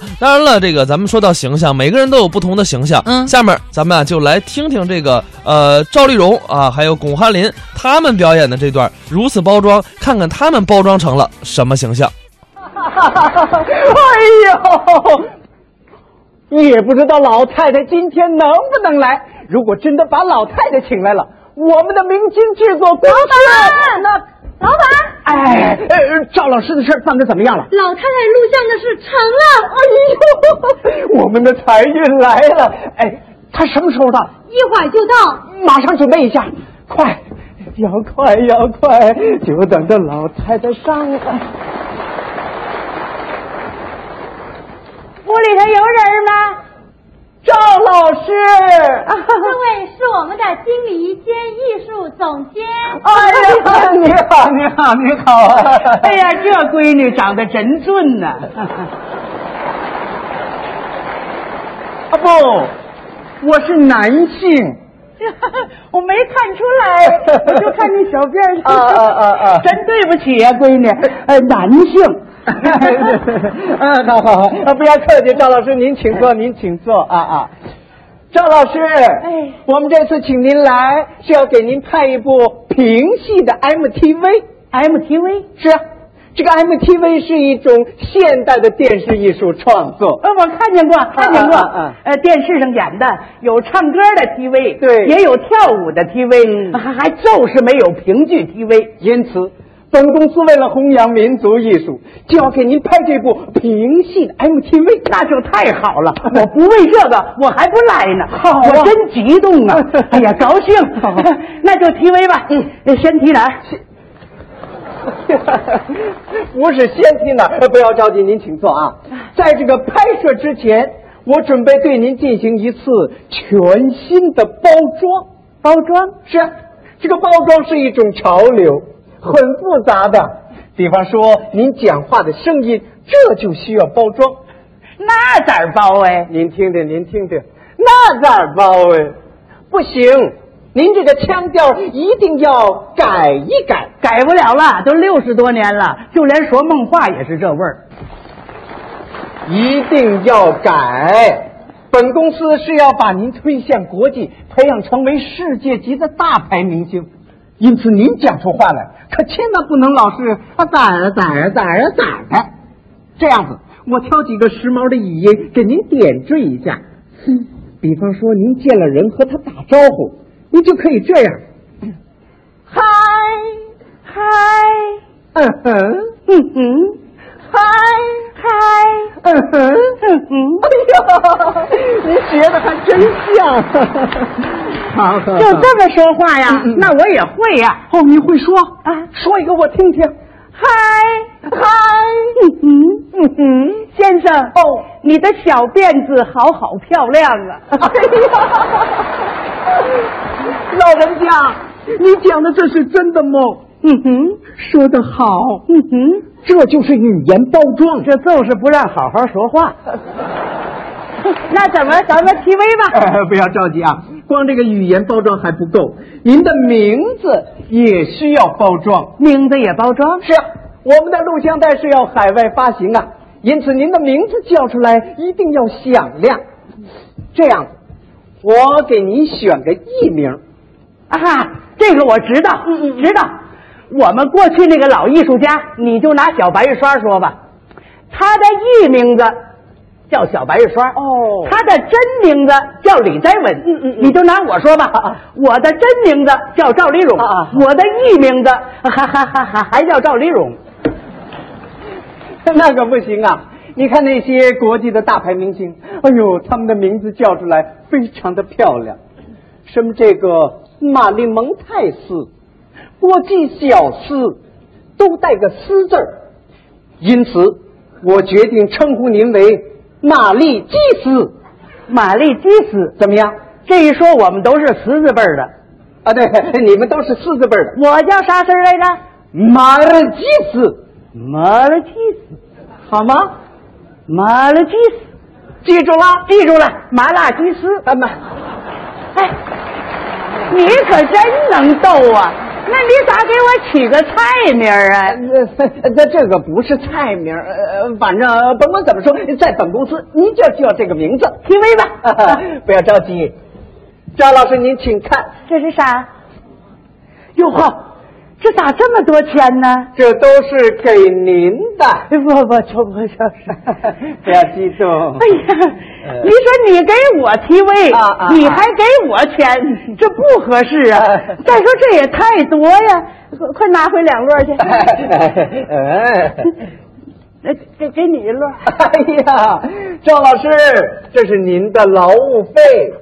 当然了，这个咱们说到形象，每个人都有不同的形象。嗯下面咱们啊就来听听这个呃赵丽蓉啊，还有巩汉林他们表演的这段如此包装，看看他们包装成了什么形象。 哎呦，也不知道老太太今天能不能来。如果真的把老太太请来了，我们的明星制作公司，啊老板，老板，哎，呃，赵老师的事儿办的怎么样了？老太太录像的是成啊！哎呦，我们的财运来了，哎，他什么时候到？一会儿就到。马上准备一下，快，要快要快，就等着老太太上来。屋里头有人吗？啊赵老师，这位是我们的经理兼艺术总监。哎呀，你好，你好，你好啊！哎呀，这闺女长得真俊呐、 啊不，我是男性。 我没看出来， 我就看你小辫儿。啊啊啊啊 真对不起呀、闺 女，呃，男性。嗯，好好好， 啊，不要客气，赵老师，您请坐，您请坐啊啊。赵老师，哎，我们这次请您来是要给您拍一部评戏的 MTV。 MTV，是啊，这个 MTV 是一种现代的电视艺术创作。呃，我看见过，看见过，啊啊啊呃，电视上演的有唱歌的 TV，对也有跳舞的 TV，、嗯还还就是没有评剧 TV。因此，本公司为了弘扬民族艺术，就要给您拍这部评戏的哎 MTV。那就太好 了！我不为这个，我还不赖呢。好啊我真激动啊！哎呀，高兴好！啊 那就 TV 吧。嗯，先提哪儿？ 不是先听的，呃不要着急，您请坐啊。在这个拍摄之前，我准备对您进行一次全新的包装。包装是啊，这个包装是一种潮流，很复杂的。比方说，您讲话的声音，这就需要包装。那咋儿包哎？您听听，您听听，那咋包哎？不行，您这个腔调一定要改一改。改不了了，都六十多年了，就连说梦话也是这味儿。一定要改。本公司是要把您推向国际，培养成为世界级的大牌明星。因此，您讲出话来，可千万不能老是啊咋儿咋儿咋儿咋儿的。这样子，我挑几个时髦的语音给您点缀一下。嗯比方说，您见了人和他打招呼，您就可以这样。嗨嗨嗯哼，嗯嗯嗨嗨，嗯哼，嗯嗯，哎呀， 您学的还真像。好，好就这么说话呀？嗯嗯那我也会呀。哦，你会说啊？说一个我听听。嗨嗨，嗯嗯嗯嗯，先生哦，你的小辫子好好漂亮 啊！哎老人家，你讲的这是真的吗？嗯哼，说的好，嗯哼。这就是语言包装。这就是不让好好说话。那怎么咱们 TV 吧？呃，不要着急啊，光这个语言包装还不够，您的名字也需要包装。名字也包装，是，我们的录像带是要海外发行啊，因此您的名字叫出来一定要响亮。这样，我给您选个艺名。嗯啊，这个我知道，知道。我们过去那个老艺术家，你就拿小白玉刷说吧，他的艺名字叫小白玉刷，哦他的真名字叫李在文，嗯嗯，你就拿我说吧，我的真名字叫赵丽蓉，啊啊啊我的艺名字还还还还还叫赵丽蓉，那可不行啊！你看那些国际的大牌明星，哎呦，他们的名字叫出来非常的漂亮，什么这个玛丽蒙泰斯、国际小斯，都带个“斯”字儿。因此，我决定称呼您为玛丽基斯，玛丽基斯。怎么样？这一说，我们都是十字辈儿的。啊，对， 你们都是四字辈儿的，我叫啥声儿来着？玛丽基斯，马勒基斯，好吗？马勒基斯，记住了，记住了，麻辣鸡丝。啊，玛。哎，你可真能逗啊！那你咋给我起个菜名儿啊？呃，那这个不是菜名儿，呃，反正甭管怎么说，在本公司您就叫这个名字。听微吧， 不要着急，赵老师您请看，这是啥？哟呵，这咋这么多钱呢？这都是给您的，哎 不不，就不就是。 不要激动 哎。呀，你说你给我提位，啊啊啊你还给我 钱，这不合适 啊！啊再说这也太多呀，快快拿回两 摞去。哎呃给给你一摞。哎呀，赵老师，这是您的劳务费。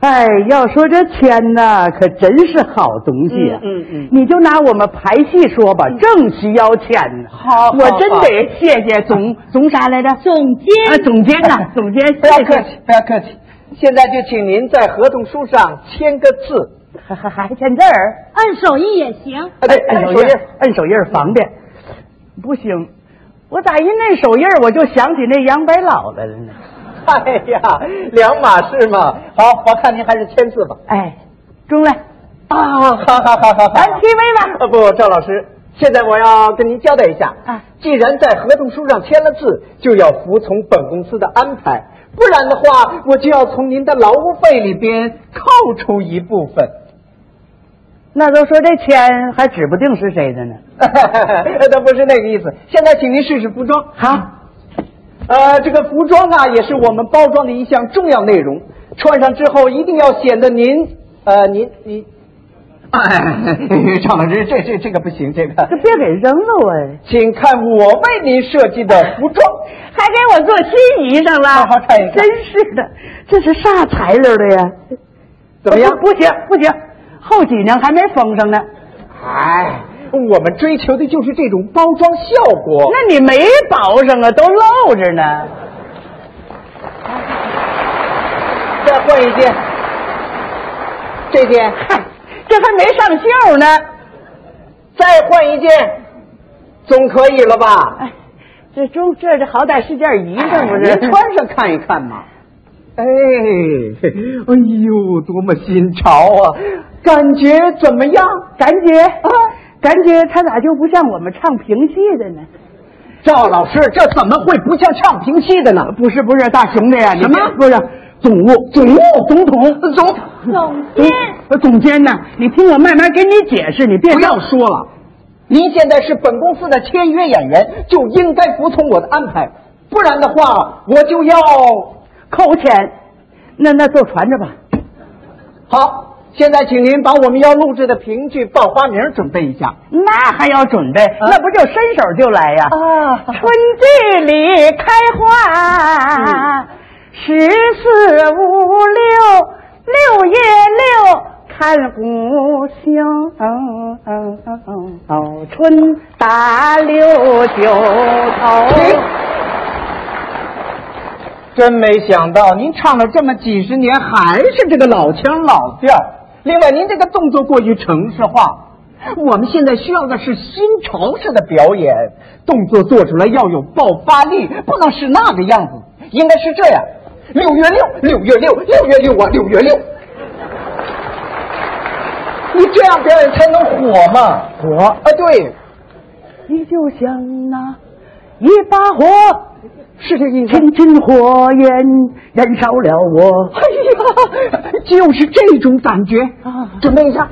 哎，要说这钱呐，可真是好东西啊！嗯嗯嗯你就拿我们排戏说吧，正需要钱呢。好好我真得谢谢总总啥来着？总监哎啊，总监呐、总监，不要谢客谢。气，不要客气。现在就请您在合同书上签个字。还还还签字儿？按手印也行。啊，对，按手印儿。，按手印儿方便。嗯不行，我打一摁手印儿，我就想起那杨白老来了呢。哎呀，两码事嘛。好，我看您还是签字吧。哎，中来，啊，好好好好，咱 TV 吧。啊不，赵老师，现在我要跟您交代一下啊既然在合同书上签了字，就要服从本公司的安排，不然的话，我就要从您的劳务费里边扣除一部分。那都说这钱还指不定是谁的呢。那不是那个意思。现在请您试试服装。好。呃，这个服装啊，也是我们包装的一项重要内容。穿上之后，一定要显得您，呃，您您。哎，赵老师，这这这个不行，这个这别给扔了我，请看我为您设计的服装。还给我做新衣裳了，好好看一看真是的，这是啥材料的呀？怎么样不不行不行，后脊梁还没封上呢。哎，我们追求的就是这种包装效果。那你没保上啊，都露着呢。再换一件，这件，嗨，这还没上袖呢。再换一件，总可以了吧？哎，这中这这好歹是件衣裳不是？您穿上看一看嘛。哎，哎呦，多么新潮啊！感觉怎么样？感觉啊，感觉他咋就不像我们唱评戏的呢？赵老师，这怎么会不像唱评戏的呢？不是不是，大熊的呀，你什么不是总务总务总统总。总嗯监，总哎总监呐，你听我慢慢给你解释，你别不要说了。您现在是本公司的签约演员，就应该服从我的安排，不然的话，我就要扣钱，那那坐船着吧。好。现在，请您把我们要录制的评剧报花名准备一下。那还要准备，那不就伸手就来呀？啊啊春季里开花，十四五六，六月六看五星。嗯嗯嗯嗯哦，春打六九停头。哎 真没想到，您唱了这么几十年，还是这个老腔老调儿。另外，您这个动作过于城市化。我们现在需要的是新潮式的表演，动作做出来要有爆发力，不能是那个样子，应该是这样：六月六，六月六，六月六啊，六月六。你这样表演才能火嘛？火啊，对，你就像那一把火，是这意思。熊熊火焰燃烧了我。哎呀， 就是这种感觉。啊准备一下，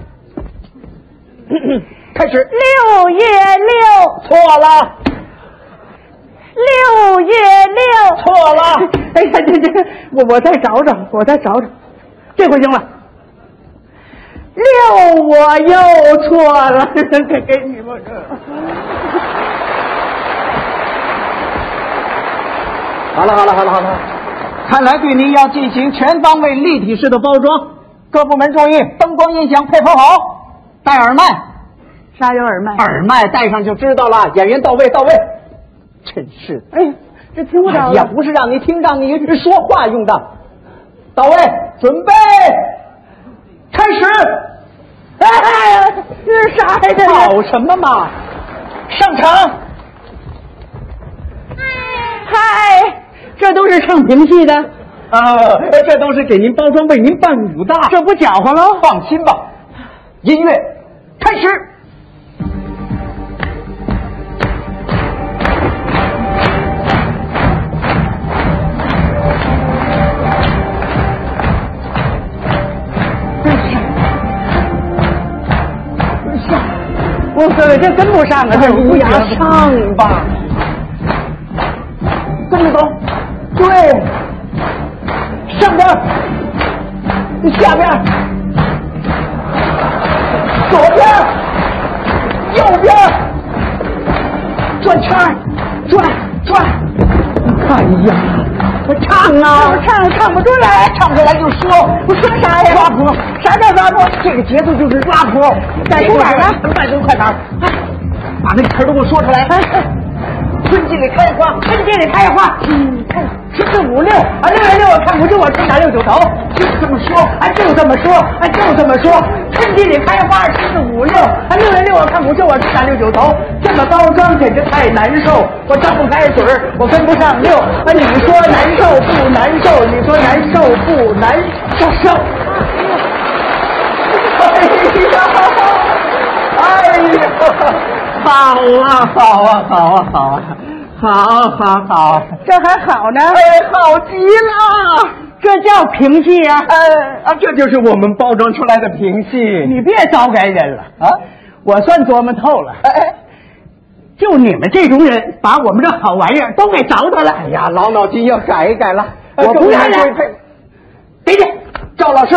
开始。六月六，错了，六月六。错了。哎呀，这这，我我再找找，我再找找，这回行了。六，我又错了， 给给你吧这。好了，好了，好了，好了。看来对您要进行全方位立体式的包装。各部门注意，灯光音响配合好，戴耳麦，啥有耳麦？耳麦戴上就知道了。演员到位，到位。真是的，哎呀，这听不着也了。不是让你听，让你说话用的。到位，准备，开始。哎呀，这是啥呀？这是吵什么嘛？上场。嗨，这都是唱评戏的，啊，这都是给您包装，为您伴舞的。这不搅和喽？放心吧，音乐开始。我这这跟不上啊，这乌鸦上吧，跟着走，对，上边儿，下边儿，左边儿，右边儿，转圈儿，转转，哎呀，我唱啊，我唱唱不出来，唱不出来就说，我说啥呀？抓谱，啥叫抓谱？这个节奏就是抓谱，在哪儿呢快点快点儿，哎把那个词儿都给我说出来。春季里开花，哎春天里开花，嗯，看十四五六，啊六六六，我看不就我春打六九头，就这么说。啊就这么说，啊就这么说，春天里开花十四五六，啊六六六，我看不就我春打六九头，这么包装简直太难受，我张不开嘴儿，我跟不上六，啊你说难受不难受？你说难受不难受？哎呀，哎呀。好啊，好啊，好啊，好啊，好好好，这还好呢，哎，好极了！这叫平戏呀、呃啊，这就是我们包装出来的评戏你别糟改人了，啊！我算琢磨透了，哎哎，就你们这种人，把我们这好玩意儿都给糟蹋了。哎呀，老脑筋要改一改了。我不干了对对，赵老师，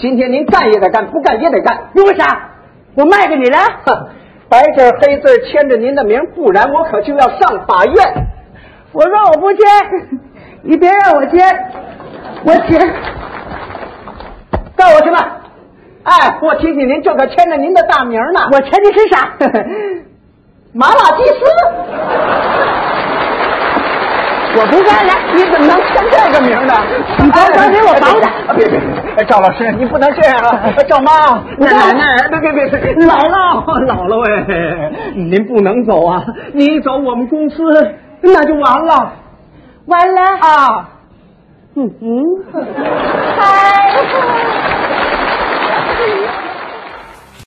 今天您干也得干，不干也得干。因为啥？我卖给你了？哼，白字儿黑字儿签着您的名，不然我可就要上法院。我说我不签，你别让我签，我签。告我什么？哎，我提醒您，这可签着您的大名呢。我签的是啥？ 麻辣鸡丝。我不干了。你怎么能签这个名呢？你甭管给我忙的哎别别别！赵老师，你不能这样啊！赵妈，我奶奶，哎别别别！姥 姥，姥姥哎，您不能走啊！您一走，我们公司那就完了。完了啊！嗯嗯。开花。